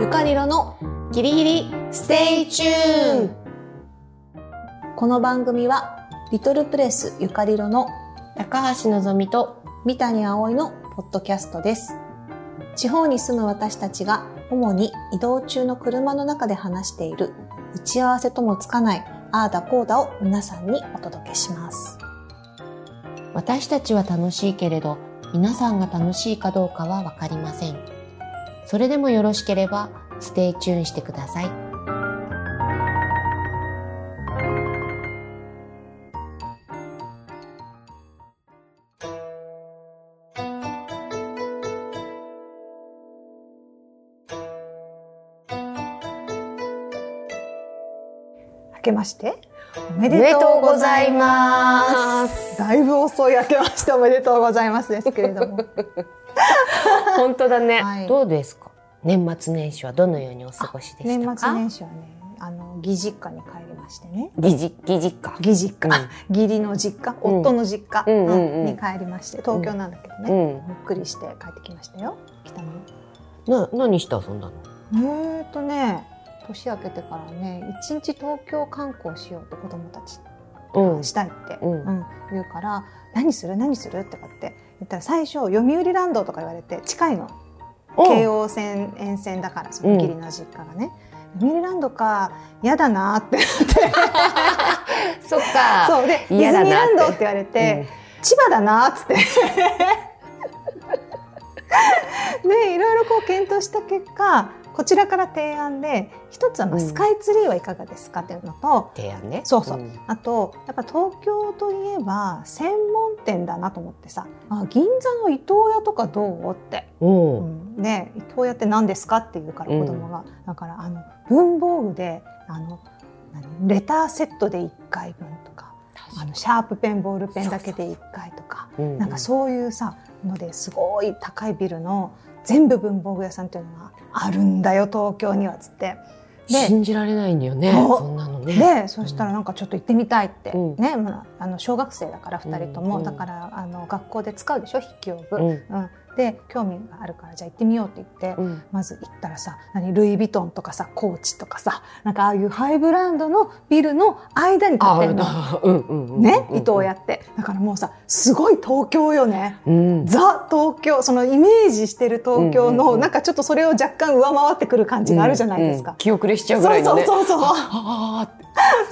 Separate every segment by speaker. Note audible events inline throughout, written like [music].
Speaker 1: ゆかりろのギリギリステイチューンこの番組はリトルプレスゆかりろの
Speaker 2: 高橋のぞみと
Speaker 1: 三谷葵のポッドキャストです地方に住む私たちが主に移動中の車の中で話している打ち合わせともつかないああだこうだを皆さんにお届けします
Speaker 2: 私たちは楽しいけれど皆さんが楽しいかどうかは分かりませんそれでもよろしければステイチューンしてください
Speaker 1: 明けましておめ
Speaker 2: お
Speaker 1: でとうござい
Speaker 2: ま
Speaker 1: ますすだいぶ遅い明けましておめでとうございますですけれども
Speaker 2: 本当だね
Speaker 1: はい
Speaker 2: どうですか年末年始はどのようにお過ごしでし
Speaker 1: 年
Speaker 2: た
Speaker 1: 末
Speaker 2: か
Speaker 1: 年始はねあの義実家に帰りましてね
Speaker 2: 義実義実家
Speaker 1: 義実家、
Speaker 2: うん
Speaker 1: あ義理の実家、
Speaker 2: うん
Speaker 1: 夫の実家、
Speaker 2: うんうんうん
Speaker 1: に帰りまして東京なんだけどね、
Speaker 2: うん
Speaker 1: ゆっくりして帰ってきましたよ北に
Speaker 2: な何して遊んだの
Speaker 1: えーとね年明けてからね一日東京観光しようと子供たち
Speaker 2: うん
Speaker 1: したいって、
Speaker 2: うん
Speaker 1: うん言うから何する何するってかって言ったら最初読売ランドとか言われて近いの京王線沿線だからその義理の実家がね、読売ランドか嫌だなって
Speaker 2: そっか
Speaker 1: そうでディ
Speaker 2: 嫌
Speaker 1: ズ
Speaker 2: だ
Speaker 1: ニー
Speaker 2: な
Speaker 1: ラ
Speaker 2: って
Speaker 1: ンドって言われて、千葉だなっつって。 [laughs] でいろいろこう検討した結果こちらから提案で一つはまあ
Speaker 2: うん
Speaker 1: スカイツリーはいかがですかっていうのと、
Speaker 2: 提案ね
Speaker 1: そうそうんあとやっぱ東京といえば専門店だなと思ってさあ銀座の伊東屋とかどうって、
Speaker 2: お
Speaker 1: う、
Speaker 2: うん
Speaker 1: で伊東屋って何ですかって言うから
Speaker 2: うん
Speaker 1: 子供が、だからあの文房具であの何レターセットで1回分とかあのシャープペンボールペンだけで1回とか
Speaker 2: うん
Speaker 1: なんかそういうさのですごい高いビルの全部文房具屋さんっていうのがあるんだよ東京にはつって。で
Speaker 2: 信じられないんだよね
Speaker 1: そう
Speaker 2: そんなのね
Speaker 1: でそしたらなんかちょっと行ってみたいって、
Speaker 2: うん
Speaker 1: ねまあ、あの小学生だから2人とも、
Speaker 2: うんうん
Speaker 1: だからあの学校で使うでしょ筆記用具。うん
Speaker 2: うん
Speaker 1: で興味があるからじゃあ行ってみようって言って、
Speaker 2: うん
Speaker 1: まず行ったらさ何ルイ・ヴィトンとかさコーチとかさなんかああいうハイブランドのビルの間に建
Speaker 2: あ
Speaker 1: ってるの。
Speaker 2: あうんうんうん
Speaker 1: ね、伊藤屋ってだからもうさすごい東京よね
Speaker 2: うん
Speaker 1: ザ東京そのイメージしてる東京
Speaker 2: うんうん
Speaker 1: の
Speaker 2: うん
Speaker 1: なんかちょっとそれを若干上回ってくる感じがあるじゃないです
Speaker 2: うんう
Speaker 1: か
Speaker 2: ん。気遅れし
Speaker 1: そ
Speaker 2: ちゃう
Speaker 1: う
Speaker 2: ぐらいの
Speaker 1: そう
Speaker 2: ねう
Speaker 1: そうそう
Speaker 2: ああ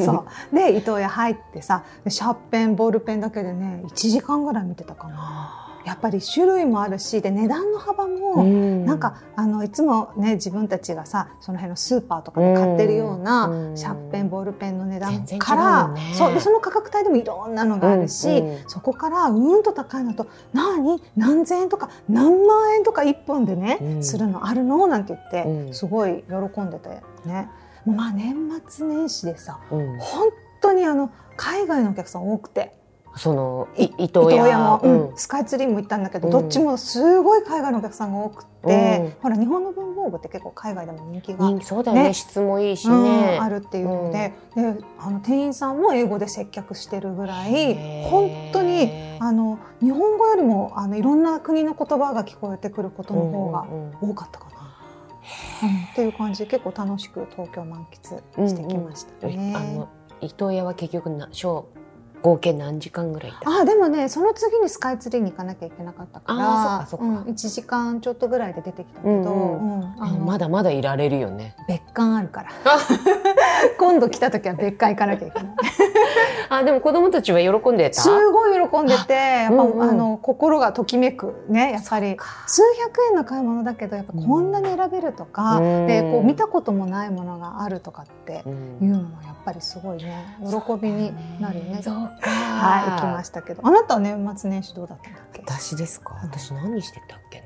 Speaker 2: うん
Speaker 1: そうで伊藤屋入ってさでシャーペンボールペンだけでね1時間ぐらい見てたかなやっぱり種類もあるしで値段の幅も、なんかあのいつもね自分たちがさその辺のスーパーとかで買ってるような、
Speaker 2: うん
Speaker 1: シャーペンボールペンの値段
Speaker 2: 全然違う
Speaker 1: から
Speaker 2: よね
Speaker 1: そうでその価格帯でもいろんなのがあるし、
Speaker 2: うんうん
Speaker 1: そこからうーんと高いのと何何千円とか何万円とか一本でね、
Speaker 2: うん
Speaker 1: するのあるのなんて言って、
Speaker 2: うん
Speaker 1: すごい喜んでてね。もうまあ年末年始でさ
Speaker 2: うん
Speaker 1: 本当にあの海外のお客さん多くて
Speaker 2: そのい
Speaker 1: い
Speaker 2: 伊藤
Speaker 1: 伊東屋
Speaker 2: 屋
Speaker 1: も、
Speaker 2: うん
Speaker 1: うんスカイツリーも行ったんだけど、
Speaker 2: うん
Speaker 1: どっちもすごい海外のお客さんが多くて、
Speaker 2: うん
Speaker 1: ほら日本の文房具って結構海外でも人気が、
Speaker 2: 人気そうだよね
Speaker 1: ね
Speaker 2: 質もいいし
Speaker 1: う
Speaker 2: ね
Speaker 1: んあるっていうので,、であの店員さんも英語で接客してるぐらい
Speaker 2: へー
Speaker 1: 本当にあの日本語よりもあのいろんな国の言葉が聞こえてくることの方が
Speaker 2: うんうん
Speaker 1: 多かったかな。うんっていう感じで結構楽しく東京満喫してきました
Speaker 2: うん
Speaker 1: ね。
Speaker 2: あの伊藤屋は結局な小合計何時間ぐらいいた
Speaker 1: あでもねその次にスカイツリーに行かなきゃいけなかったから
Speaker 2: あーそっかそっか
Speaker 1: うん、1時間ちょっとぐらいで出てきたけど、
Speaker 2: うんう
Speaker 1: う
Speaker 2: ん
Speaker 1: んあ
Speaker 2: あ
Speaker 1: の
Speaker 2: まだまだいられるよね
Speaker 1: 別館ある
Speaker 2: [laughs]
Speaker 1: から今度来た時は別館行かなきゃいけない
Speaker 2: あでも子供たちは喜んでた
Speaker 1: すごい喜んでてやっぱ、
Speaker 2: うんう
Speaker 1: あ
Speaker 2: ん
Speaker 1: の心がときめくねやっぱり数百円の買い物だけどやっぱこんなに選べるとか、
Speaker 2: うん
Speaker 1: でこう見たこともないものがあるとかって
Speaker 2: うん
Speaker 1: いうのはやっぱりすごいね喜びになるよね。
Speaker 2: そうか
Speaker 1: はい、行きましたけど、あなたは年末年始どうだったんだっけ？
Speaker 2: 私ですか私何してたっけ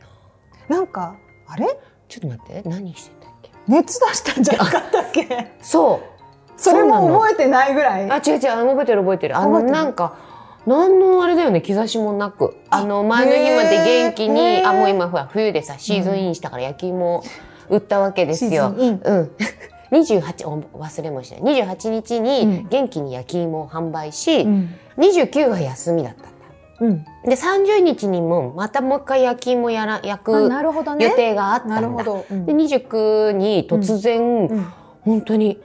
Speaker 2: な
Speaker 1: なんかあれ
Speaker 2: ちょっと待って何してたっけ
Speaker 1: 熱出したんじゃなかったっけ
Speaker 2: そ
Speaker 1: それ
Speaker 2: そうなの
Speaker 1: も覚えてないぐらいう
Speaker 2: あ違う違う覚えてる覚えてるあの
Speaker 1: 覚えてる
Speaker 2: なんか何のあれだよね兆しもなくあの前の日まで元気
Speaker 1: へ
Speaker 2: に
Speaker 1: ー
Speaker 2: あもう今ほら冬でさシーズンインしたから焼き芋売ったわけですよ
Speaker 1: シーズンイン
Speaker 2: うん。28お忘れもしない28日
Speaker 1: う
Speaker 2: に
Speaker 1: ん
Speaker 2: 元気に焼き芋を販売し、
Speaker 1: うん
Speaker 2: 29は休みだったんだ
Speaker 1: うん、
Speaker 2: で、30日にもまたもう一回焼き芋やら、焼
Speaker 1: あ
Speaker 2: く
Speaker 1: なるほどね
Speaker 2: 予定があったんだ。
Speaker 1: なるほど、うん
Speaker 2: で、29に突然、
Speaker 1: うん
Speaker 2: 本当に、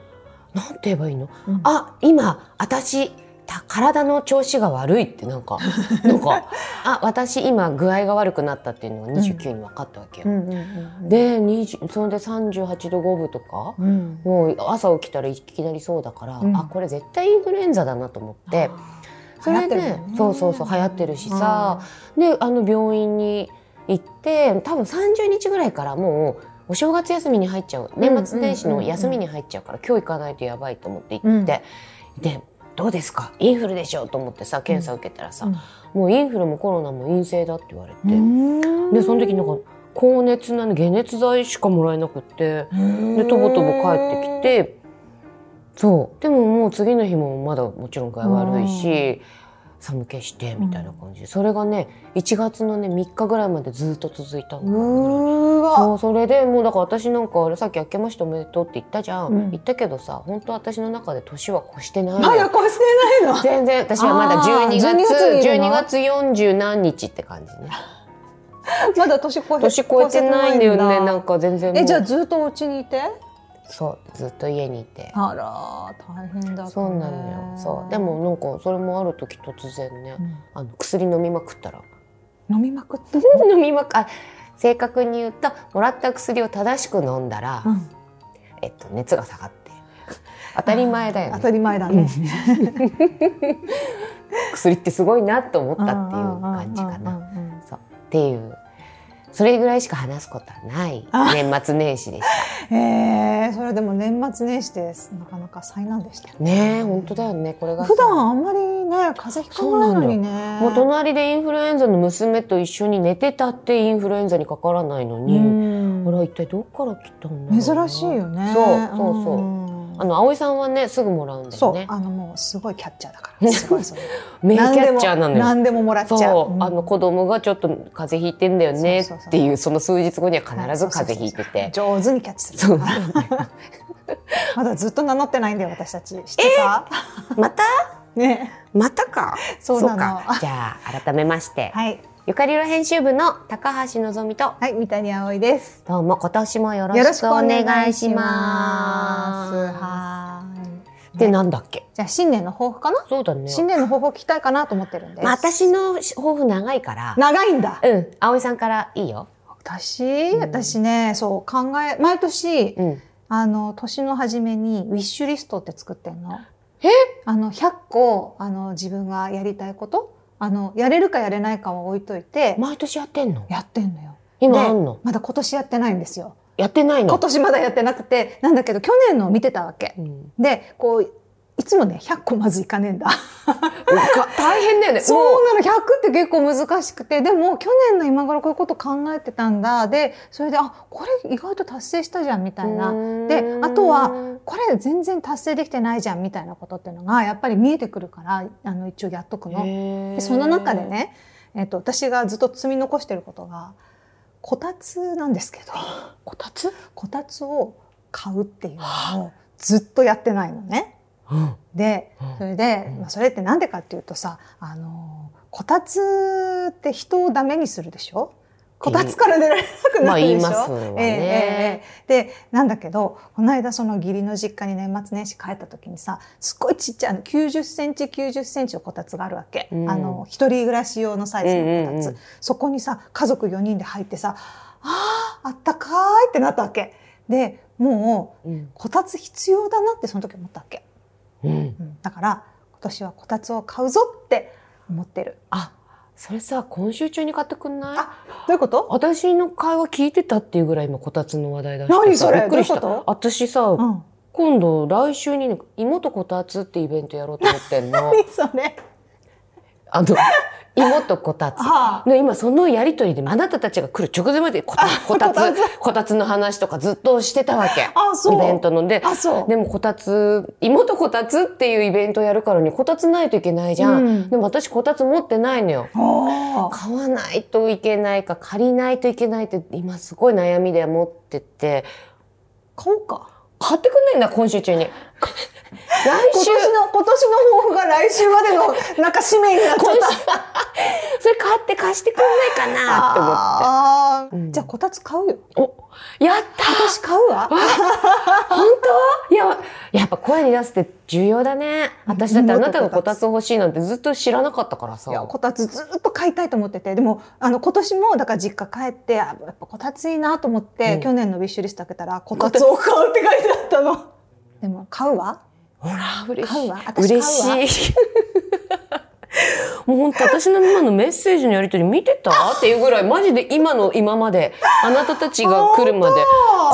Speaker 2: なんて言えばいいの
Speaker 1: うん
Speaker 2: あ、今、私、た体の調子が悪いって
Speaker 1: [laughs]
Speaker 2: なんか、なんか、あ、私今具合が悪くなったっていうのが29に分かったわけ
Speaker 1: う
Speaker 2: よ。
Speaker 1: んうんうんうん、
Speaker 2: で、20それで38度5分とか、
Speaker 1: うん、
Speaker 2: もう朝起きたらいきなりそうだから、
Speaker 1: うん
Speaker 2: あ、これ絶対インフルエンザだなと思って、それ
Speaker 1: 流行って
Speaker 2: で、
Speaker 1: るもんね
Speaker 2: そうそうそう流行ってるしさ、であの病院に行って多分30日ぐらいからもうお正月休みに入っちゃう年末年始の休みに入っちゃうから、今日行かないとやばいと思って行って、でどうですかインフルでしょと思ってさ検査受けたらさ、もうインフルもコロナも陰性だって言われて、
Speaker 1: うん
Speaker 2: でその時なんか高熱なの解熱剤しかもらえなくってで
Speaker 1: で
Speaker 2: とぼとぼ帰ってきてそうでももう次の日もまだもちろん具合悪いし寒気してみたいな感じ、それがね1月のね3日ぐらいまでずっと続いた
Speaker 1: う
Speaker 2: の。
Speaker 1: ー
Speaker 2: そ
Speaker 1: わ
Speaker 2: うそれでもうだから私なんかあれさっき「明けましておめでとう」って言ったじゃん、
Speaker 1: うん
Speaker 2: 言ったけどさ本当私の中で年は越してないの
Speaker 1: まだ越して
Speaker 2: [laughs]
Speaker 1: ないの
Speaker 2: 全然私はまだ
Speaker 1: あー
Speaker 2: 12月
Speaker 1: 12月いるの
Speaker 2: 12月40何日って感じね
Speaker 1: まだ年越え
Speaker 2: 年越えてないんだよね
Speaker 1: 越せて
Speaker 2: なんか全然もう
Speaker 1: えじゃあずっとお家にいて
Speaker 2: そうずっと家にいて
Speaker 1: あら大変だったね
Speaker 2: そうなのよ。そう。でもなんかそれもある時突然ね、
Speaker 1: うん
Speaker 2: あの薬飲みまくったら、
Speaker 1: 飲みまくった
Speaker 2: [laughs] 飲みまくあ正確に言うともらった薬を正しく飲んだら、
Speaker 1: うん
Speaker 2: えっと熱が下がって。当たり前だよ
Speaker 1: 当
Speaker 2: ね。
Speaker 1: たり前だね
Speaker 2: [laughs] 薬ってすごいなと思ったっていう感じかな。っていう。それぐらいしか話すことはない年末年始でし
Speaker 1: えー、それでも年末年始ですなかなか災難でした
Speaker 2: た。ねえ、本当だよね。これがさ
Speaker 1: 普段あんまりね風邪ひかないのにね
Speaker 2: もう隣でインフルエンザの娘と一緒に寝てたってインフルエンザにかからないのに、
Speaker 1: うん
Speaker 2: あら一体どっから来たんだろう
Speaker 1: 珍
Speaker 2: な
Speaker 1: しいよね
Speaker 2: そうそうそう
Speaker 1: うん
Speaker 2: あの葵さんはねすぐもらうんだ
Speaker 1: そ
Speaker 2: よ
Speaker 1: う
Speaker 2: ね
Speaker 1: あのもうすごいキャッチャーだからすごいそれ
Speaker 2: 名キャッチャーなのよ
Speaker 1: 何でも何でももらっちゃ
Speaker 2: そうう、
Speaker 1: うん
Speaker 2: あの子供がちょっと風邪ひいてんだよね
Speaker 1: そうそうそう
Speaker 2: っていうその数日後には必ず風邪ひいてて
Speaker 1: 上手にキャッチする
Speaker 2: そう
Speaker 1: まだずっと名乗ってないんだよ私たち知ってた、
Speaker 2: また
Speaker 1: ね
Speaker 2: またか
Speaker 1: そうなの
Speaker 2: か [laughs] じゃあ改めまして、
Speaker 1: はい
Speaker 2: ゆかりろ編集部の高橋のぞみと
Speaker 1: はい三谷葵です
Speaker 2: どうも今年もよろ
Speaker 1: よろ
Speaker 2: し
Speaker 1: し
Speaker 2: く
Speaker 1: く
Speaker 2: お
Speaker 1: お
Speaker 2: 願
Speaker 1: 願
Speaker 2: い
Speaker 1: い
Speaker 2: し
Speaker 1: し
Speaker 2: ま
Speaker 1: ますすはい
Speaker 2: でなんだっけ
Speaker 1: じゃあ新年の抱負かな
Speaker 2: そうだね、
Speaker 1: 新年の抱負を聞きたいかなと思ってるんです、
Speaker 2: まあ、私の抱負長いから
Speaker 1: 長いんだ
Speaker 2: うん葵さんからいいよ
Speaker 1: 私、
Speaker 2: うん
Speaker 1: 私ねそう考え毎年
Speaker 2: うん
Speaker 1: あの年の初めにウィッシュリストって作ってんの。
Speaker 2: え
Speaker 1: あの100個あの自分がやりたいことあのやれるかやれないかは置いといて、
Speaker 2: 毎年やってんの
Speaker 1: やってんのよ。
Speaker 2: 今
Speaker 1: で
Speaker 2: あんの
Speaker 1: まだ今年やってないんですよ。
Speaker 2: やってない
Speaker 1: 今
Speaker 2: の、
Speaker 1: 年まだやってなくてなんだけど去年のを見てたわけ。
Speaker 2: うん
Speaker 1: でこういつもね100個まずいかねえんだ。
Speaker 2: [laughs] か大変だよね。
Speaker 1: そ
Speaker 2: もう
Speaker 1: うなの100って結構難しくてでも去年の今頃こういうこと考えてたんだでそれであこれ意外と達成したじゃんみたいな。であとはこれ全然達成できてないじゃんみたいなことっていうのがやっぱり見えてくるからあの一応やっとくの。
Speaker 2: の
Speaker 1: でその中で、ね、えっと私がずっと積み残してることがこたつなんですけど
Speaker 2: こたつ？
Speaker 1: こたつを買うっていうのをずっとやってないのね。
Speaker 2: うん。
Speaker 1: でそれで
Speaker 2: う、ん
Speaker 1: まあ、それってなんでかっていうとさあのこたつって人をダメにするでしょこたつから出られなく
Speaker 2: ま
Speaker 1: な
Speaker 2: あ
Speaker 1: る
Speaker 2: 言い
Speaker 1: でしょ、
Speaker 2: ますわ
Speaker 1: ええ
Speaker 2: ね。
Speaker 1: ええええでなんだけどこの間その義理の実家に年末年始帰った時にさすっごいちっちゃいあの90センチ90センチのこたつがあるわけ、
Speaker 2: うん
Speaker 1: あの一人暮らし用のサイズのこたつ、
Speaker 2: うんうんうん
Speaker 1: そこにさ家族4人で入ってさあーあったかーいってなったわけでもう
Speaker 2: うん
Speaker 1: こたつ必要だなってその時思ったわけ、
Speaker 2: うん。
Speaker 1: うんだから今年はこたつを買うぞって思ってる
Speaker 2: あ、それさ今週中に買ってくんない？
Speaker 1: あどういうこと
Speaker 2: 私の会話聞いてたっていうぐらい今こたつの話題だして
Speaker 1: 何それ
Speaker 2: びっくりした。
Speaker 1: どういうこ
Speaker 2: 私さ、
Speaker 1: うん
Speaker 2: 今度来週にね芋とこたつってイベントやろうと思って [laughs] んの。
Speaker 1: 何それ
Speaker 2: あの [laughs] 芋とこたつ。
Speaker 1: はあ
Speaker 2: で今そのやりとりであなたたちが来る直前までこた [laughs] こたつ
Speaker 1: こたつ
Speaker 2: こたつの話とかずっとしてたわけ。
Speaker 1: あそう
Speaker 2: イベントので
Speaker 1: あそう
Speaker 2: でもこたつ芋とこたつっていうイベントやるからにこたつないといけないじゃん、
Speaker 1: うん
Speaker 2: でも私こたつ持ってないのよ
Speaker 1: あー
Speaker 2: 買わないといけないか借りないといけないって今すごい悩みで持ってて
Speaker 1: 買おうか [laughs]
Speaker 2: 買ってくんないんだ今週中に来
Speaker 1: 今
Speaker 2: 週
Speaker 1: 年の、今年の抱負が来週までの、なんか使命になっちゃっ
Speaker 2: 今
Speaker 1: た。
Speaker 2: 週それ買って貸してくんないかなって思って。
Speaker 1: あー
Speaker 2: うん
Speaker 1: じゃあ、こたつ買うよ。
Speaker 2: やった
Speaker 1: 私買うわ。
Speaker 2: 本当いや、やっぱ声に出すって重要だね。私だってあなたがこたつ欲しいなんてずっと知らなかったからさ
Speaker 1: い。やこたつずっと買いたいと思っててでもあの今年もだから実家帰ってあやっぱこたついいなと思って、
Speaker 2: うん
Speaker 1: 去年のウィッシュリスト開けたらこたつを買うって書いてあった [laughs] のでも買うわ
Speaker 2: ほら、嬉し
Speaker 1: 買う
Speaker 2: い
Speaker 1: わ。私買うわ
Speaker 2: 嬉しい。 [laughs] もう本当私の今のメッセージのやりとり見てたっていうぐらい、マジで今の今まで、あなたたちが来るまで、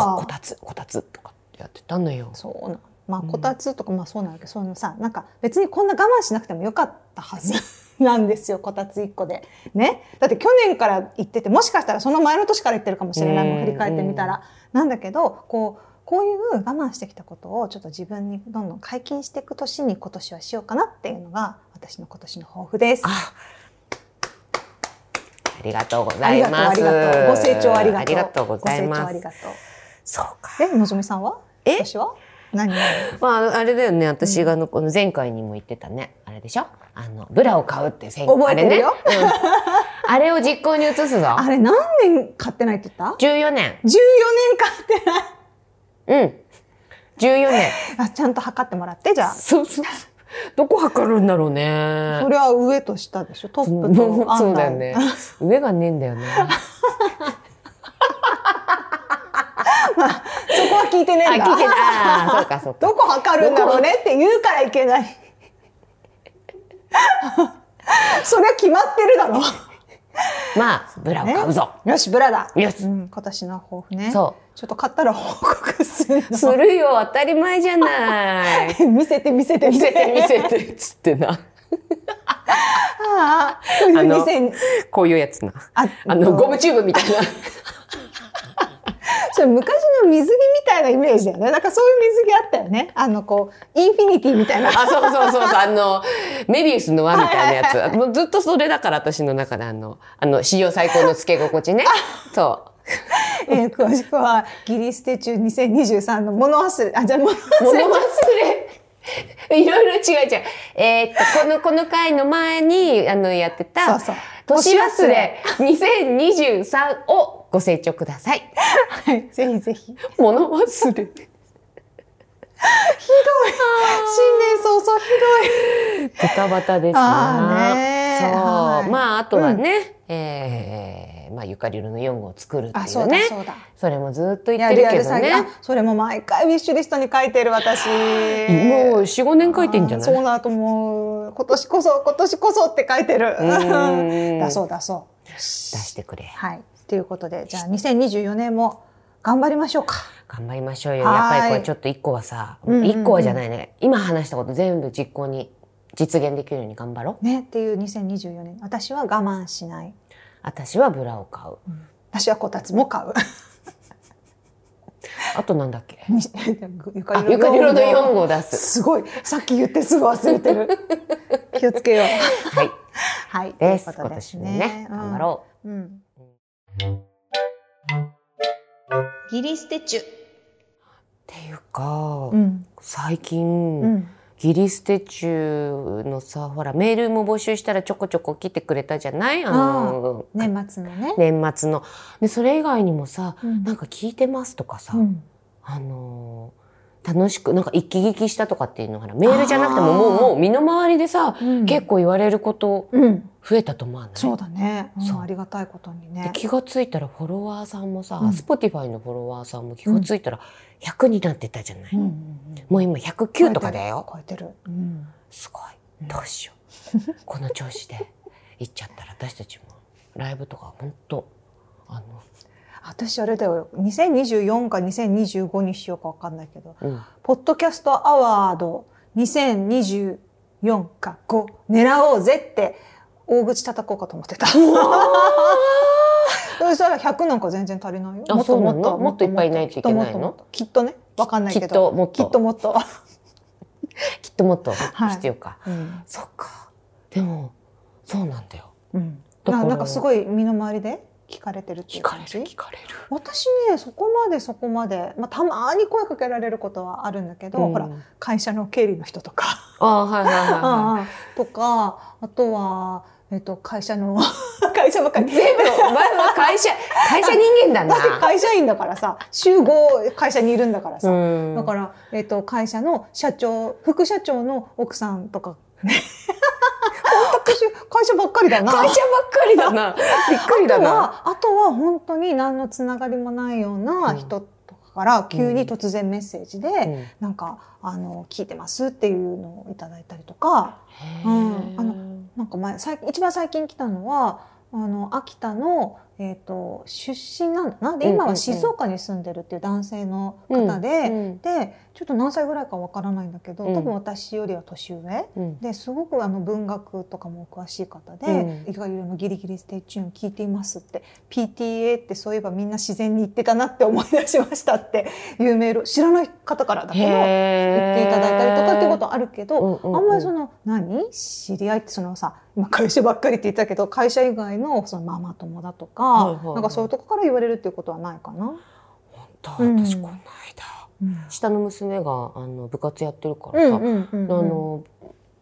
Speaker 2: ここたつ、こたつとかってやってたのよ。
Speaker 1: そうなんまあ
Speaker 2: うん
Speaker 1: こたつとかまあそうなんだけどそういうのさなんか別にこんな我慢しなくてもよかったはず [laughs] なんですよこたつ1個でねだって去年から行っててもしかしたらその前の年から行ってるかもしれないも
Speaker 2: うんん
Speaker 1: 振り返ってみたらなんだけどこうこういう我慢してきたことをちょっと自分にどんどん解禁していく年に今年はしようかなっていうのが私の今年の抱負です。
Speaker 2: あありがとうございま
Speaker 1: あ
Speaker 2: す。
Speaker 1: りがとうありがとうご清聴ありがとう。
Speaker 2: ありがとうござい
Speaker 1: ご清聴
Speaker 2: ま
Speaker 1: あり
Speaker 2: す。
Speaker 1: がとう。
Speaker 2: そうか。
Speaker 1: でのぞみさんは？
Speaker 2: え
Speaker 1: 今年は？何？
Speaker 2: まあ、あれだよね。私があの、この前回にも言ってたね。あれでしょあの、ブラを買うって宣
Speaker 1: 覚えてるよ。
Speaker 2: あれね。うんあれを実行に移すぞ。
Speaker 1: あれ何年買ってないって言った？
Speaker 2: 14年。
Speaker 1: 14年買ってない。
Speaker 2: うん。14年。
Speaker 1: あ、ちゃんと測ってもらって、じゃあ。
Speaker 2: そうそうそう。どこ測るんだろうね
Speaker 1: そ。れは上と下でしょトップ
Speaker 2: そ
Speaker 1: と
Speaker 2: う [laughs] そうだよね。上がねえんだよね。
Speaker 1: アンダーそこは聞いてね
Speaker 2: あ、
Speaker 1: え
Speaker 2: 聞
Speaker 1: ん
Speaker 2: け
Speaker 1: だ。
Speaker 2: ない。あーそうかそうか。
Speaker 1: どこ測るんだろうねって言うからいけない。 [laughs] それは決まってるだろ。
Speaker 2: まあ、ブラを買うぞ。
Speaker 1: よし、ブラだ。
Speaker 2: よし
Speaker 1: うん、今年の抱負ね。。
Speaker 2: そう
Speaker 1: ちょっと買ったら報告する
Speaker 2: するよ、当たり前じゃない。
Speaker 1: の。 [laughs] 見せて見せて
Speaker 2: 見せて見せてっつってな。
Speaker 1: あ
Speaker 2: あ
Speaker 1: あ
Speaker 2: の
Speaker 1: [laughs] 見せん
Speaker 2: こういうやつな。
Speaker 1: あ
Speaker 2: あの、ゴムチューブみたいな。
Speaker 1: それ昔の水着みたいなイメージだよねなんかそういう水着あったよねあのこうインフィニティみたい
Speaker 2: [laughs]
Speaker 1: な
Speaker 2: あ、そうそうそうそう、あの、メビウスの輪みたいなやつ。もうずっとそれだから私の中であの、あの、史上最高の付け心地ね。そ
Speaker 1: えー詳しくは、ギリステ中2023の物忘れ、あ、じゃあ物
Speaker 2: う。
Speaker 1: 忘
Speaker 2: 物
Speaker 1: れ。
Speaker 2: 忘れ。いろいろ違う違う。えーっと、この、この回の前に、あの、やってた、
Speaker 1: そうそう
Speaker 2: 年忘れ2023をご清聴ください。
Speaker 1: はい、ぜひぜひ。新年
Speaker 2: 物忘れ。
Speaker 1: 早々ひ
Speaker 2: ドタバタです
Speaker 1: あーね
Speaker 2: そう。
Speaker 1: はい
Speaker 2: まあ、あとはね、えー、まあ、ゆかりるの4号を作るって
Speaker 1: どい。あ、
Speaker 2: い
Speaker 1: そううだ
Speaker 2: ね。、
Speaker 1: そうだ。
Speaker 2: それもずっと
Speaker 1: い
Speaker 2: 言っ
Speaker 1: や、リ
Speaker 2: てる
Speaker 1: ア
Speaker 2: け
Speaker 1: ル
Speaker 2: ど
Speaker 1: 詐欺。あ
Speaker 2: ね。
Speaker 1: それも毎回ウィッシュリストに書いてる私。
Speaker 2: もう4、5年書いてんじゃない
Speaker 1: あーそうだと思う。今年こそ、今年こそって書いてる。
Speaker 2: ーん
Speaker 1: [laughs] だそうだそう。出
Speaker 2: 出してくれよ。
Speaker 1: はい。ということで、じゃあ2024年も頑張りましょうか。
Speaker 2: 頑張りましょうよ。やっ
Speaker 1: は
Speaker 2: ぱ
Speaker 1: い
Speaker 2: りこれちょっと1個はさ、
Speaker 1: うんうんうん
Speaker 2: 1個はじゃないね。今話したこと全部実行に、実現できるように頑張ろう。
Speaker 1: ね、っていう2024年。私は我慢しない。
Speaker 2: 私はブラを買う。
Speaker 1: 私はこたつも
Speaker 2: [laughs]
Speaker 1: 買う。
Speaker 2: あとなんだっけ
Speaker 1: にゆか
Speaker 2: あ、ゆかりろの
Speaker 1: 四
Speaker 2: 4号出す。
Speaker 1: すごい。さっき言ってすぐ忘れて
Speaker 2: [laughs]
Speaker 1: る。気をつけよう。
Speaker 2: はい。
Speaker 1: はい。
Speaker 2: です。
Speaker 1: というこ
Speaker 2: 今
Speaker 1: とで
Speaker 2: 年もね、頑張ろ
Speaker 1: うん。うん。
Speaker 3: ギリステチュ
Speaker 2: う。っていうか
Speaker 1: う、ん。
Speaker 2: 最近
Speaker 1: う、ん。
Speaker 2: ギリステチュのさほらメールも募集したらちょこちょこ来てくれたじゃないあの
Speaker 1: 年末のね。
Speaker 2: 年末のでそれ以外にもさ、
Speaker 1: うん
Speaker 2: なんか聞いてますとかさ、
Speaker 1: うん。
Speaker 2: あのー楽しくなんか一気聞きしたとかっていうのほらメールじゃなくてももう
Speaker 1: あー
Speaker 2: もう身の回りでさ、
Speaker 1: うん
Speaker 2: 結構言われること
Speaker 1: うん。
Speaker 2: 増えたと思わない
Speaker 1: そうだね。う
Speaker 2: そうん
Speaker 1: ありがたいことに
Speaker 2: で
Speaker 1: ね。
Speaker 2: 気がついたらフォロワーさんもさ、
Speaker 1: うん
Speaker 2: Spotify のフォロワーさんも気がついたら100になってたじゃない、
Speaker 1: うんうんうん。
Speaker 2: もう今109とかだよ
Speaker 1: 超えてる。うん。
Speaker 2: すごい。どうしよう。この調子で行っちゃったら私たちもライブとか本当あの、
Speaker 1: 私あれだよ。2024か2025にしようかわかんないけど、
Speaker 2: うん、
Speaker 1: ポッドキャストアワード2024か5狙おうぜって大口叩こうかと思ってた。 [laughs] そしたら100なんか全然足りないよ。
Speaker 2: あ
Speaker 1: もっ
Speaker 2: そ
Speaker 1: と
Speaker 2: うな
Speaker 1: も
Speaker 2: の
Speaker 1: っと
Speaker 2: もっといっぱいいないといけないの
Speaker 1: きっともっときっとね。わかんない
Speaker 2: き
Speaker 1: け
Speaker 2: っ
Speaker 1: ど。
Speaker 2: ともっ
Speaker 1: き
Speaker 2: と
Speaker 1: っともっと。
Speaker 2: きっともっと
Speaker 1: はい
Speaker 2: 必要か。
Speaker 1: うん。
Speaker 2: そっか。でもそうなんだよ。
Speaker 1: うん。
Speaker 2: だから
Speaker 1: ななんかすごい身の回りで聞かれてるってい
Speaker 2: 聞
Speaker 1: う
Speaker 2: か
Speaker 1: 感
Speaker 2: れ
Speaker 1: じ
Speaker 2: る聞かれる。
Speaker 1: 私ねそこまでそこまで、まあ、たまに声かけられることはあるんだけど、ほら
Speaker 2: うん
Speaker 1: 会社の経理の人とか
Speaker 2: ああはいはいはいは
Speaker 1: ああとかあとは、えっと会社の [laughs] 会社ばっかり
Speaker 2: い。全部お前は会社会社人間
Speaker 1: [laughs]
Speaker 2: だ
Speaker 1: だって
Speaker 2: な。
Speaker 1: 会社員だからさ集合会社にいるんだからさ、
Speaker 2: うん
Speaker 1: だから、えっと会社の社長副社長の奥さん
Speaker 2: [laughs]
Speaker 1: とか私会社ばっかりだな。
Speaker 2: 会社ばっかりだな。
Speaker 1: [laughs]
Speaker 2: びっくりだ
Speaker 1: あと
Speaker 2: な。
Speaker 1: はあとは本当に何のつながりもないような人とかから急に突然メッセージで、
Speaker 2: うん
Speaker 1: なんかあの聞いてますっていうのをいただいたりとかうんあ
Speaker 2: の
Speaker 1: なんか前最近一番最近来たのはあの秋田の、えー、と出身なんだなで
Speaker 2: うんうん
Speaker 1: 今
Speaker 2: う
Speaker 1: は
Speaker 2: ん
Speaker 1: 静岡に住んでるっていう男性の方で、でちょっと何歳ぐらいかわからないんだけど、
Speaker 2: うん
Speaker 1: 多分私よりは年上ですごくあの文学とかもお詳しい方で「
Speaker 2: う
Speaker 1: いかがのギリギリステイチューン聞いています」って「PTA ってそういえばみんな自然に言ってたなって思い出しました」っていうメールを知らない方からだけど言っていただいたりとかってことあるけど、あんまりそ
Speaker 2: の
Speaker 1: の何知り合いってそのさ今会社ばっかりって言ったけど会社以外のそのママ友だとか、
Speaker 2: はいはいはい
Speaker 1: なんかそういうとこから言われるっていうことはないかな。うん
Speaker 2: 私この間下の娘があの部活やってるか
Speaker 1: うん
Speaker 2: ら
Speaker 1: う
Speaker 2: さ
Speaker 1: んうんうん
Speaker 2: あの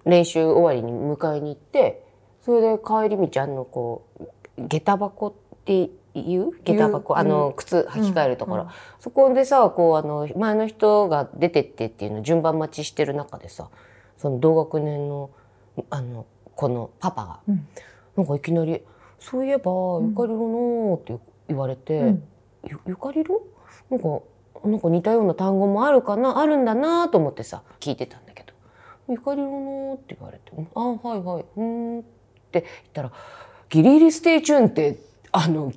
Speaker 2: 練習終わりに迎えに行ってそれで帰り道あのこう下駄箱っていう下駄箱
Speaker 1: 言う
Speaker 2: あの靴履き替えるとこ
Speaker 1: うん
Speaker 2: ろそこでさこうあの前の人が出てってっていうの順番待ちしてる中でさその同学年のあのこのパパが、
Speaker 1: うん
Speaker 2: なんかいきなり「そういえば
Speaker 1: ん
Speaker 2: ゆかりろの」って言われて「
Speaker 1: うん
Speaker 2: ゆゆかりろなんかなんか似たような単語もあるかなあるんだな」と思ってさ聞いてたんだけど「ゆかりろの」って言われて「あはいはいうーん」って言ったら「ギリギリステイチューンってあの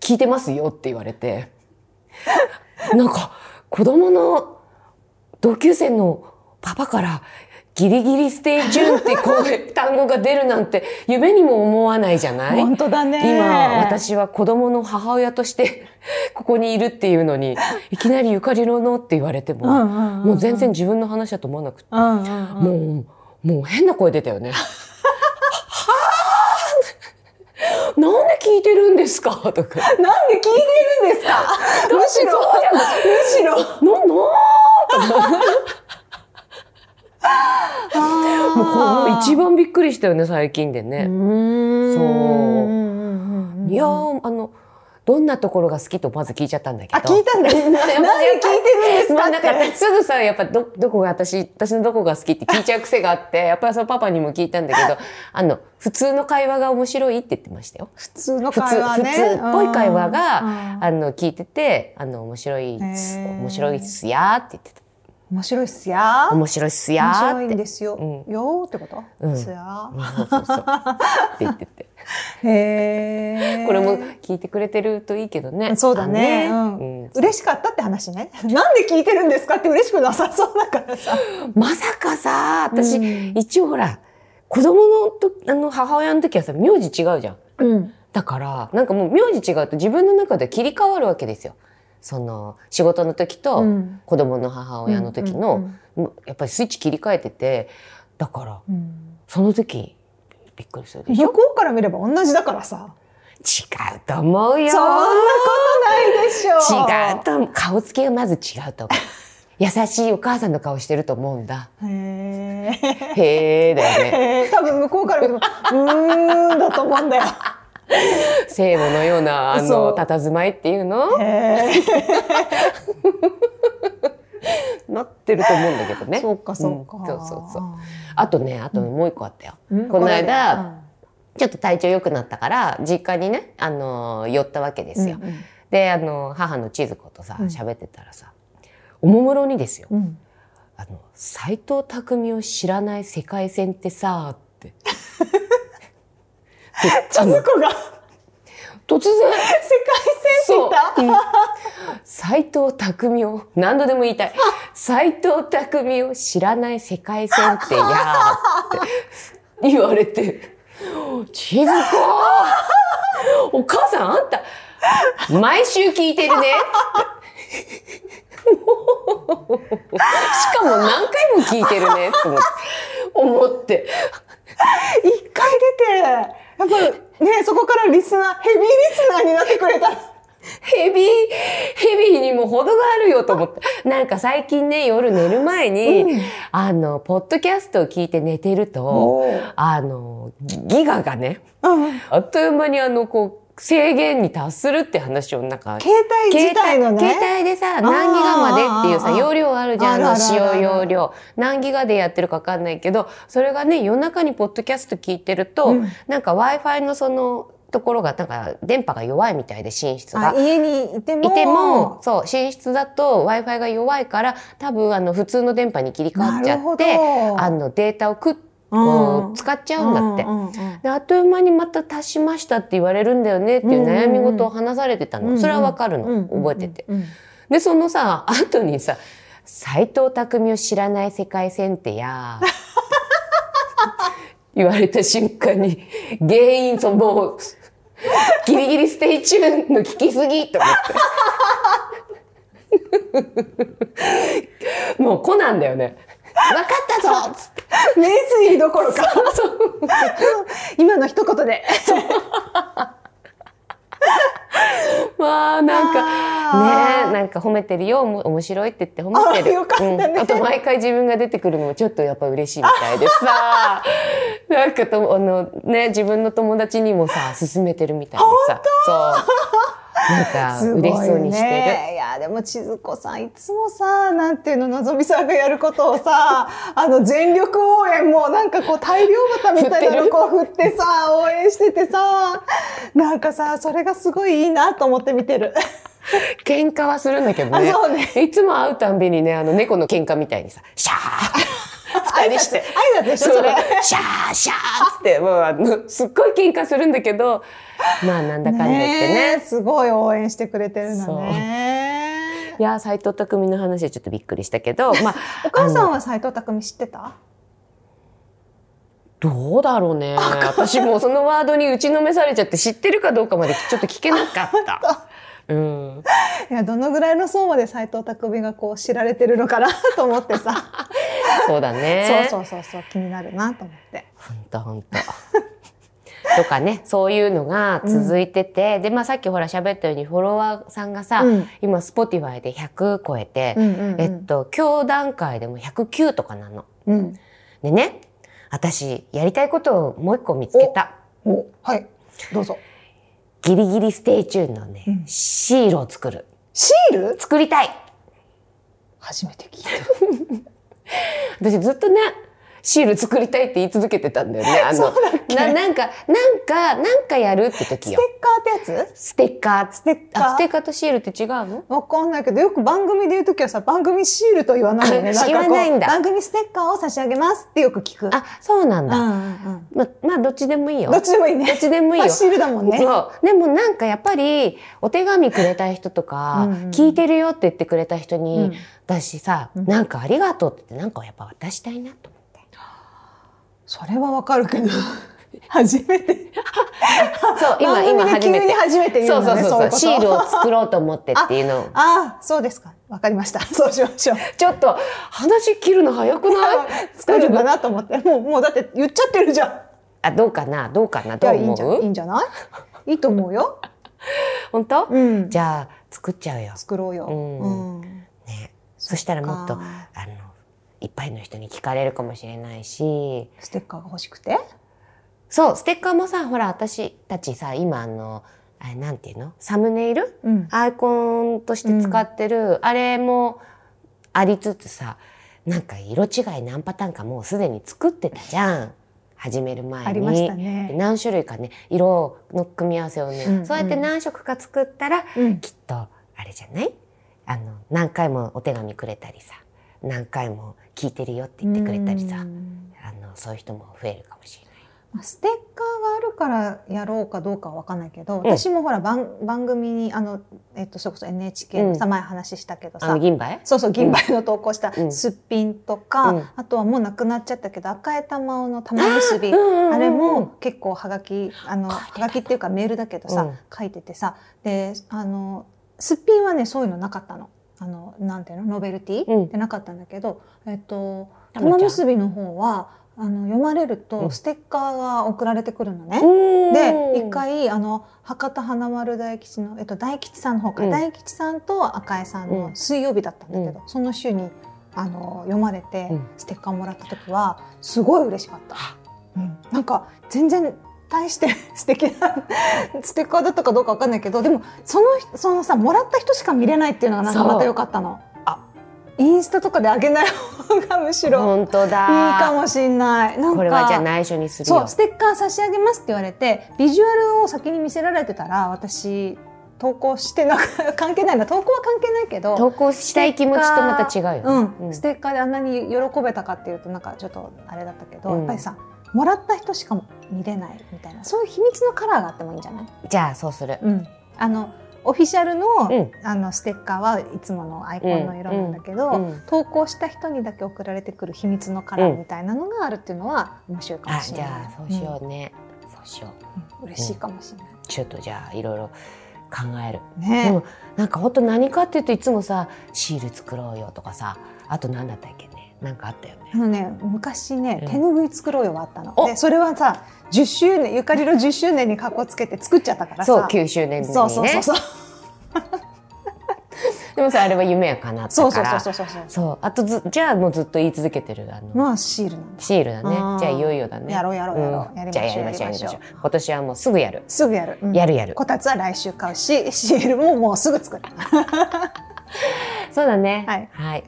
Speaker 2: 聞いてますよ」って言われてなんか子供の同級生のパパからギリギリステイチューンってこういう単語が出るなんて夢にも思わないじゃない
Speaker 1: 本当だね
Speaker 2: 今私は子供の母親として
Speaker 1: [laughs]
Speaker 2: ここにいるっていうのにいきなりゆかりろのって言われて
Speaker 1: うんう
Speaker 2: も、
Speaker 1: んうんうん
Speaker 2: もう全然自分の話だと思わなくて、
Speaker 1: うんうんうん
Speaker 2: もうもう変な声出たよね。はあ [laughs] なんで聞いてるんですか
Speaker 1: な
Speaker 2: とか。
Speaker 1: んで聞いてるんです
Speaker 2: [laughs]
Speaker 1: かむしろ
Speaker 2: そうじゃない
Speaker 1: むしろ
Speaker 2: な、なー [laughs] もうこう一番びっくりしたよね、最近で
Speaker 1: うー
Speaker 2: ね。
Speaker 1: ん
Speaker 2: そうん
Speaker 1: うんうん
Speaker 2: いやー、あの、どんなところが好きとまず聞いちゃったんだけど。
Speaker 1: あ聞いたん
Speaker 2: [laughs]
Speaker 1: だなんで聞いてるんです
Speaker 2: ま
Speaker 1: か
Speaker 2: あ、
Speaker 1: っ
Speaker 2: なんか
Speaker 1: て
Speaker 2: すぐさやっぱどどこが私私のどこが好きって聞いちゃう癖があってやっぱりそのパパにも聞いたんだけどあの普通の会話が面白いって言ってましたよ。
Speaker 1: 普通の
Speaker 2: 普通
Speaker 1: 会話ね
Speaker 2: 普通っぽい会話が
Speaker 1: うん
Speaker 2: あの聞いててあの面白いっす
Speaker 1: へー
Speaker 2: 面白いっすやーって言って
Speaker 1: 面白いっすや
Speaker 2: た面白いっすや
Speaker 1: 面
Speaker 2: ー
Speaker 1: 白い
Speaker 2: って
Speaker 1: んですよ、
Speaker 2: う
Speaker 1: よーってこと、
Speaker 2: うん
Speaker 1: すや
Speaker 2: うんそうそうそうって言ってて
Speaker 1: ーへー
Speaker 2: これも聞いてくれてるといいけどね
Speaker 1: そうだね
Speaker 2: あの
Speaker 1: う
Speaker 2: うん
Speaker 1: 嬉しかったって話ねなんで聞いてるんですかって嬉しくなさそうだからさ
Speaker 2: まさかさ私、
Speaker 1: うん
Speaker 2: 一応ほら子供のとあの母親の時はさ名字違うじゃん。
Speaker 1: うん
Speaker 2: だから、なんかもう名字違うと自分の中で切り替わるわけですよ。その、仕事の時と、子供の母親の時の、やっぱりスイッチ切り替えてて、だから、
Speaker 1: うんうん
Speaker 2: その時、びっくりする
Speaker 1: う
Speaker 2: で
Speaker 1: ん
Speaker 2: しょ
Speaker 1: 向こうから見れば同じだからさ
Speaker 2: 違うと思うよ
Speaker 1: そんなことないでしょ
Speaker 2: 違うと思う。顔つきがまず違う
Speaker 1: [laughs]
Speaker 2: と思う。優しいお母さんの顔してると思うんだ。
Speaker 1: へ
Speaker 2: へえだよ
Speaker 1: [laughs]
Speaker 2: ね。
Speaker 1: え多分向こうから見ると「うーん」だと思うんだよ。
Speaker 2: 聖母のような、あ
Speaker 1: そ
Speaker 2: の、
Speaker 1: う
Speaker 2: 佇まいっていうの
Speaker 1: へ
Speaker 2: なってると思うんだけど
Speaker 1: え
Speaker 2: ね。
Speaker 1: そうかそうか。
Speaker 2: んそうそうそう。あとね、あともう一個あったよ。
Speaker 1: うん
Speaker 2: この間、ちょっと体調良くなったから、実家にね、あのー寄ったわけで
Speaker 1: うん
Speaker 2: すよ。
Speaker 1: うん
Speaker 2: で、あのー母の千鶴子とさ、
Speaker 1: うん
Speaker 2: 喋ってたらさ、おもむろにですよ、
Speaker 1: うん
Speaker 2: あの、斎藤匠を知らない世界線ってさ、
Speaker 1: [laughs]
Speaker 2: って。であ
Speaker 1: 千鶴
Speaker 2: の
Speaker 1: 子が世界
Speaker 2: 突然、
Speaker 1: 線って言っ
Speaker 2: 斎藤匠を、何度でも言いたい。斎藤匠を知らない世界線ってやーって言われて、千鶴子お母さんあんた、毎週聞いてるねもうしかも何回も聞いてるねって思って思って。
Speaker 1: た一回出てやっぱねそこからリスナーヘビーリスナーになってくれたら
Speaker 2: ヘビー、ヘビーにも程があるよと思って。なんか最近ね、夜寝る前に、あの、ポッドキャストを聞いて寝てると、あの、ギガがね、
Speaker 1: うん
Speaker 2: あっという間にあの、こう、制限に達するって話をなんか、
Speaker 1: 携帯自体のね
Speaker 2: 携帯でさ、何ギガまでってい
Speaker 1: あーあ
Speaker 2: う
Speaker 1: ー
Speaker 2: さ、
Speaker 1: あー
Speaker 2: 容量あるじゃん、
Speaker 1: あ
Speaker 2: の
Speaker 1: るあ
Speaker 2: 使
Speaker 1: るある
Speaker 2: 用容量。何ギガでやってるかわかんないけど、それがね、夜中にポッドキャスト聞いてると、
Speaker 1: うん
Speaker 2: なんか Wi-Fi のその、ところが、なんか、電波が弱いみたいで、寝室が
Speaker 1: あ。家にいても
Speaker 2: いても、そう、寝室だと Wi-Fi が弱いから、多分、あの、普通の電波に切り替わっちゃって、あの、データをくっ、こう、使っちゃうんだって。であっという間にまた足しましたって言われるんだよねっていう悩み事を話されてた
Speaker 1: うんうんう
Speaker 2: の。
Speaker 1: ん
Speaker 2: それはわかるの。覚えてて。 [laughs] で、そのさ、後にさ、斎藤匠を知らない世界線ってや、 [laughs] 言われた瞬間に、原因、その、もう、ギリギリステイチューンの聞きすぎと思って。 [laughs] もうコナンだよね。わかったぞつって。
Speaker 1: 名水どころか今の一言で
Speaker 2: [laughs] まあ、なんか、ねえ、
Speaker 1: あ
Speaker 2: なんか褒めてるよ、おも面白いって言って褒めてる。
Speaker 1: あ [laughs] よかったね
Speaker 2: うんあと毎回自分が出てくるのもちょっとやっぱ嬉しいみたいで
Speaker 1: [laughs]
Speaker 2: さ、なんかと、あの、ね、自分の友達にもさ、勧めてるみたいでさ、そう。なん
Speaker 1: ー
Speaker 2: か
Speaker 1: すごい
Speaker 2: 嬉しそうにしてる。
Speaker 1: ね、いやでも千鶴子さんいつもさなんていうののぞみさんがやることをさあの全力応援もうなんかこう大漁旗みたいなのこう振ってさ応援しててさなんかさそれがすごいいいなと思って見てる
Speaker 2: 喧嘩はするんだけどね
Speaker 1: あそうね
Speaker 2: いつも会うたんびにねあの猫の喧嘩みたいにさシャー二人し
Speaker 1: [laughs]
Speaker 2: て
Speaker 1: 挨拶でしょそれ
Speaker 2: シャーシャーっつってもうあのすっごい喧嘩するんだけどまあなんだかんだ言ってね
Speaker 1: ねすごい応援してくれてるんだね
Speaker 2: いや斎藤匠の話でちょっとびっくりしたけどまあ
Speaker 1: お母さ
Speaker 2: あ
Speaker 1: ん
Speaker 2: の
Speaker 1: は斎藤匠知ってた
Speaker 2: どうだろう
Speaker 1: [laughs]
Speaker 2: ね私もうそのワードに打ちのめされちゃって知ってるかどうかまでちょっと聞けなかった。うん、
Speaker 1: いやどのぐらいの層まで斎藤匠がこう知られてるのかなと思ってさ、
Speaker 2: そうだね。
Speaker 1: そうそうそうそう気になるなと思って
Speaker 2: 本当本当。とかね、そういうのが続いてて、で、まあさっきほら喋ったようにフォロワーさんがさ、
Speaker 1: うん
Speaker 2: 今 Spotify で100超えて、
Speaker 1: うんうんうん
Speaker 2: えっと、今日段階でも109とかなの。
Speaker 1: うん
Speaker 2: でね、私、やりたいことをもう一個見つけた。
Speaker 1: おはいどうぞ
Speaker 2: ギリギリステイチューンのね、
Speaker 1: うん
Speaker 2: シールを作る。
Speaker 1: シール
Speaker 2: 作りたい
Speaker 1: 初めて聞いた
Speaker 2: 私ずっとね、シール作りたいって言い続けてたんだよね。
Speaker 1: [laughs]
Speaker 2: あの、ななんか、なんか、なんかやるって
Speaker 1: ステ
Speaker 2: 時よ。
Speaker 1: ッカーってやつ
Speaker 2: ステッカー。
Speaker 1: ステッカー
Speaker 2: あステッカーとシールって違うの
Speaker 1: わかんないけどよく番組で言うときはさ番組シールと言わない
Speaker 2: [laughs]
Speaker 1: よね
Speaker 2: 言わないんだ
Speaker 1: かこう番組ステッカーを差し上げますってよく聞く
Speaker 2: あ、そうなん
Speaker 1: う
Speaker 2: だ。
Speaker 1: んうんうん
Speaker 2: ま、まあ、どっちでもいいよ。
Speaker 1: どっちでもいい
Speaker 2: どっ
Speaker 1: ね
Speaker 2: ちでもいい
Speaker 1: ま
Speaker 2: よ。
Speaker 1: あシールだもんね
Speaker 2: そう。でもなんかやっぱり、お手紙くれた人とか、
Speaker 1: うんうん
Speaker 2: 聞いてるよって言ってくれた人に、
Speaker 1: うん
Speaker 2: 私さ、
Speaker 1: うん
Speaker 2: なんかありがとうって言って、なんかやっぱ渡したいなと思って。
Speaker 1: それはわかるけど [laughs] 初めて
Speaker 2: そう、今、
Speaker 1: 番組
Speaker 2: 今
Speaker 1: で
Speaker 2: 初
Speaker 1: 急
Speaker 2: め
Speaker 1: に
Speaker 2: て。
Speaker 1: 初めて言
Speaker 2: そううそ
Speaker 1: の
Speaker 2: う
Speaker 1: ね
Speaker 2: そうそうシ
Speaker 1: い
Speaker 2: ー
Speaker 1: こと
Speaker 2: ルを作ろうと思ってっていうのを
Speaker 1: ああそうですかわかりました [laughs] そうしましょ
Speaker 2: [laughs]
Speaker 1: う
Speaker 2: ちょっと話切るの早くない
Speaker 1: 作るんだなと思ってもうもうだって言っちゃってるじゃん
Speaker 2: あどうかなどうかないど
Speaker 1: や
Speaker 2: う
Speaker 1: いいんじゃないいい
Speaker 2: 思うん
Speaker 1: じゃないいいと思うよ
Speaker 2: 本当、
Speaker 1: うん
Speaker 2: じゃあ作っちゃうよ、
Speaker 1: 作ろうよ、
Speaker 2: うん
Speaker 1: うん
Speaker 2: ね、そしたらもっと
Speaker 1: そっ
Speaker 2: あ
Speaker 1: か
Speaker 2: のいっぱいの人に聞かれるかもしれないし
Speaker 1: ステッカーが欲しくて
Speaker 2: そうステッカーもさほら私たちさ今あのあれなんていうのサムネイル
Speaker 1: うん
Speaker 2: アイコンとして使ってる、あれもありつつさなんか色違い何パターンかもうすでに作ってたじゃん始める前に。
Speaker 1: ありましたね。
Speaker 2: 何種類かね色の組み合わせをね、
Speaker 1: うん
Speaker 2: そうやって何色か作ったら、
Speaker 1: うん
Speaker 2: きっとあれじゃないあの何回もお手紙くれたりさ何回も聞いてるよって言ってくれたり
Speaker 1: う
Speaker 2: さ、
Speaker 1: ん
Speaker 2: あのそういう人も増えるかもしれない。
Speaker 1: まあステッカーがあるからやろうかどうかは分かんないけど、
Speaker 2: ん
Speaker 1: 私もほら番番組にあの、えっと、それこそ NHK のさ前話したけど
Speaker 2: あ
Speaker 1: さ、
Speaker 2: の銀杯
Speaker 1: そうそう銀杯の投稿した
Speaker 2: うん
Speaker 1: すっぴんとか、
Speaker 2: うん
Speaker 1: あとはもうなくなっちゃったけど赤江玉緒の玉結び
Speaker 2: うんうんうんうん
Speaker 1: あれも結構はがきあの
Speaker 2: 書いて
Speaker 1: はがきっていうかメールだけどさ、
Speaker 2: うん
Speaker 1: 書いててさであのすっぴんはねそういうのなかったの。あのなんていうのノベルティ、
Speaker 2: うん
Speaker 1: ってなかったんだけど、えっと、
Speaker 2: 玉ちゃ
Speaker 1: 玉
Speaker 2: ん
Speaker 1: 結びの方はあの読まれる
Speaker 2: う
Speaker 1: と
Speaker 2: ん
Speaker 1: ステッカーが送られてくるのね。
Speaker 2: で
Speaker 1: で一回あの博多華丸大吉の、えっと、大吉さんの方から、
Speaker 2: うん
Speaker 1: 大吉さんと赤江さん
Speaker 2: う
Speaker 1: の
Speaker 2: ん
Speaker 1: 水曜日だったんだけど、その週にあの読まれて
Speaker 2: うん
Speaker 1: ステッカーもらった時はすごい嬉しかった、うんなんか全然大して [laughs] 素敵なステッカーだったかどうかわかんないけどでもその人そのさもらった人しか見れないっていうのがなんか
Speaker 2: そう
Speaker 1: また良かったのインスタとかであげない方がむしろいい
Speaker 2: 本当だ
Speaker 1: かもしんないなんか
Speaker 2: これはじゃあ内緒にする
Speaker 1: そ
Speaker 2: よ
Speaker 1: うステッカー差し上げますって言われてビジュアルを先に見せられてたら私投稿してなく [laughs] 関係ないな投稿は関係ないけど、
Speaker 2: 投稿したい気持ちとまた違う
Speaker 1: う
Speaker 2: よね、
Speaker 1: んステッカーであんなに喜べたかっていうとなんかちょっとあれだったけど、
Speaker 2: うん
Speaker 1: やっぱりさもらった人しか見れないみたいなそういう秘密のカラーがあってもいいんじゃない、
Speaker 2: じゃあそうする
Speaker 1: うん、あのオフィシャルの,、
Speaker 2: うん
Speaker 1: あのステッカーはいつものアイコンの色なんだけど、
Speaker 2: うん
Speaker 1: 投稿した人にだけ送られてくる秘密のカラーみたいなのがあるっていうのは面白いかも
Speaker 2: あ
Speaker 1: し
Speaker 2: じ
Speaker 1: れない。
Speaker 2: ゃあそうしようね、そうしよ
Speaker 1: う
Speaker 2: う
Speaker 1: ん、嬉しいかもしれない。
Speaker 2: ちょっとじゃあいろいろ考えるで
Speaker 1: ね
Speaker 2: もなんかほんと何かっていうといつもさシール作ろうよとかさあと何だったっけねなんかあったよね
Speaker 1: あのね昔ね
Speaker 2: うん
Speaker 1: 手ぬぐい作ろうよがあったの、
Speaker 2: お
Speaker 1: でそれはさ10周年ゆかりの10周年にかっこつけて作っちゃったからさ
Speaker 2: そう9周年ぶりに
Speaker 1: そ
Speaker 2: ね
Speaker 1: うそうそうそう
Speaker 2: でもさあれは夢は叶った
Speaker 1: そう
Speaker 2: か
Speaker 1: そうそ
Speaker 2: ら
Speaker 1: うそうそうそう
Speaker 2: そうあとずじゃあもうずっと言い続けてるあの、
Speaker 1: まあシールなんだ
Speaker 2: シールだね
Speaker 1: あー
Speaker 2: じゃあいよいよだね
Speaker 1: やろうやろうやろう、やりま
Speaker 2: じゃ
Speaker 1: し
Speaker 2: あ
Speaker 1: ょ
Speaker 2: や
Speaker 1: う
Speaker 2: りましょうやりましょう
Speaker 1: やり
Speaker 2: 今年はもうすぐやる、
Speaker 1: すぐやる、うん
Speaker 2: やるやる
Speaker 1: こたつは来週買うしシールももうすぐ作る
Speaker 2: そうだね
Speaker 1: はい、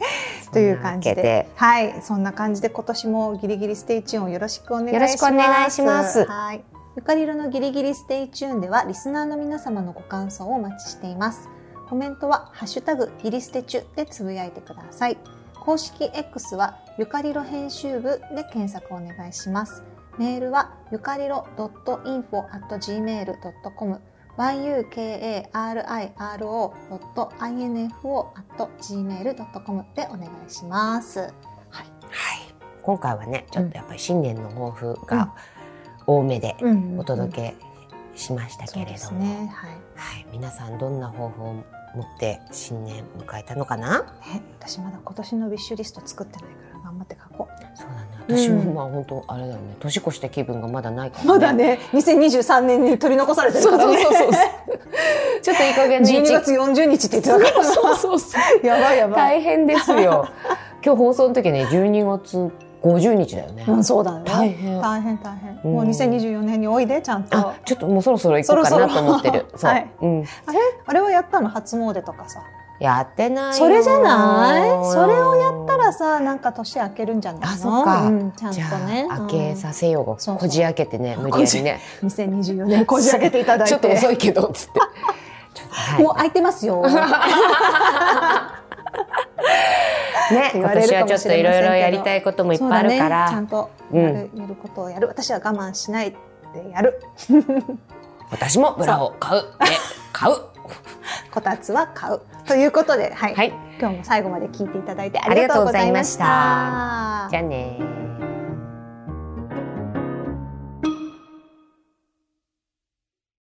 Speaker 1: [laughs]
Speaker 2: と
Speaker 1: と
Speaker 2: い
Speaker 1: いうう
Speaker 2: 感
Speaker 1: 感
Speaker 2: じ
Speaker 1: じ
Speaker 2: で
Speaker 1: ではいそんな感じで今年もギリギリステイチューンをよろしくお願いします
Speaker 2: よろしくお願いします
Speaker 1: はいゆかりろのギリギリステイチューンではリスナーの皆様のご感想をお待ちしていますコメントはハッシュタグギリステチュでつぶやいてください公式 X はゆかりろ編集部で検索お願いしますメールはゆかりろ .info.gmail.com yukariro.info.gmail.com でお願いします。
Speaker 2: はい、今回はねちょっとやっぱり新年の抱負が多めでお届けしましたけれども、
Speaker 1: そうですね、はい。
Speaker 2: はい、皆さんどんな抱負を持って新年迎えたのかな
Speaker 1: ね、私まだ今年のウィッシュリスト作ってないから頑張って書こ
Speaker 2: そうだね私も
Speaker 1: うん
Speaker 2: まあ本当あれだよね年越した気分が [laughs] まだないから、
Speaker 1: う。まだね、2023年に取り残されてるからね。
Speaker 2: そ
Speaker 1: [laughs]
Speaker 2: うそうそうちょっといい加減
Speaker 1: 12月40日って言ってたからさ。
Speaker 2: そうそうそう
Speaker 1: やばいやばい。
Speaker 2: 大変です
Speaker 1: [laughs]
Speaker 2: よ今日放送の時ね12月50日だよね、
Speaker 1: うん、そうだね。
Speaker 2: 大変
Speaker 1: 大変大変。
Speaker 2: うん
Speaker 1: もう2024年においで、ちゃんと。
Speaker 2: あ
Speaker 1: あ
Speaker 2: ちょっともうそろそろ行こうか
Speaker 1: そろ
Speaker 2: な
Speaker 1: そろ
Speaker 2: と思ってるそう、
Speaker 1: はい
Speaker 2: うん
Speaker 1: れあれはやったの初詣とかさ。
Speaker 2: やってないよ
Speaker 1: それじゃないそれをやったらさ、なんか年明けるんじゃないの
Speaker 2: あそっか
Speaker 1: うん、ちゃん
Speaker 2: じゃ
Speaker 1: とね。
Speaker 2: あ、明け
Speaker 1: うん
Speaker 2: させようが、
Speaker 1: そうそう
Speaker 2: こじ開けてね、無理やりね。
Speaker 1: 2024年こじ開けていただいて。
Speaker 2: ちょっと遅いけど、
Speaker 1: [laughs]
Speaker 2: つって。ちょっとはい
Speaker 1: もう空いてます
Speaker 2: [laughs]
Speaker 1: よ。
Speaker 2: ね、
Speaker 1: 言
Speaker 2: 今
Speaker 1: われる
Speaker 2: 年は
Speaker 1: か
Speaker 2: ちょ
Speaker 1: も
Speaker 2: っ
Speaker 1: し
Speaker 2: と
Speaker 1: れませんけど
Speaker 2: いろいろやりたいこともいっぱいある
Speaker 1: そ
Speaker 2: か
Speaker 1: うだね、ちゃ
Speaker 2: ら、
Speaker 1: んと
Speaker 2: うん
Speaker 1: やる,、やることをやる私は我慢しないでやる
Speaker 2: 私もブラを買う。ね、
Speaker 1: [laughs]
Speaker 2: 買う。
Speaker 1: こたつは買うということで、はい
Speaker 2: はい。
Speaker 1: 今日も最後まで聞いていただいて
Speaker 2: あ
Speaker 1: あ
Speaker 2: り
Speaker 1: りが
Speaker 2: がと
Speaker 1: と
Speaker 2: う
Speaker 1: う
Speaker 2: ご
Speaker 1: ご
Speaker 2: ざ
Speaker 1: ざ
Speaker 2: い
Speaker 1: い
Speaker 2: ま
Speaker 1: ま
Speaker 2: し
Speaker 1: したた。
Speaker 2: じゃあね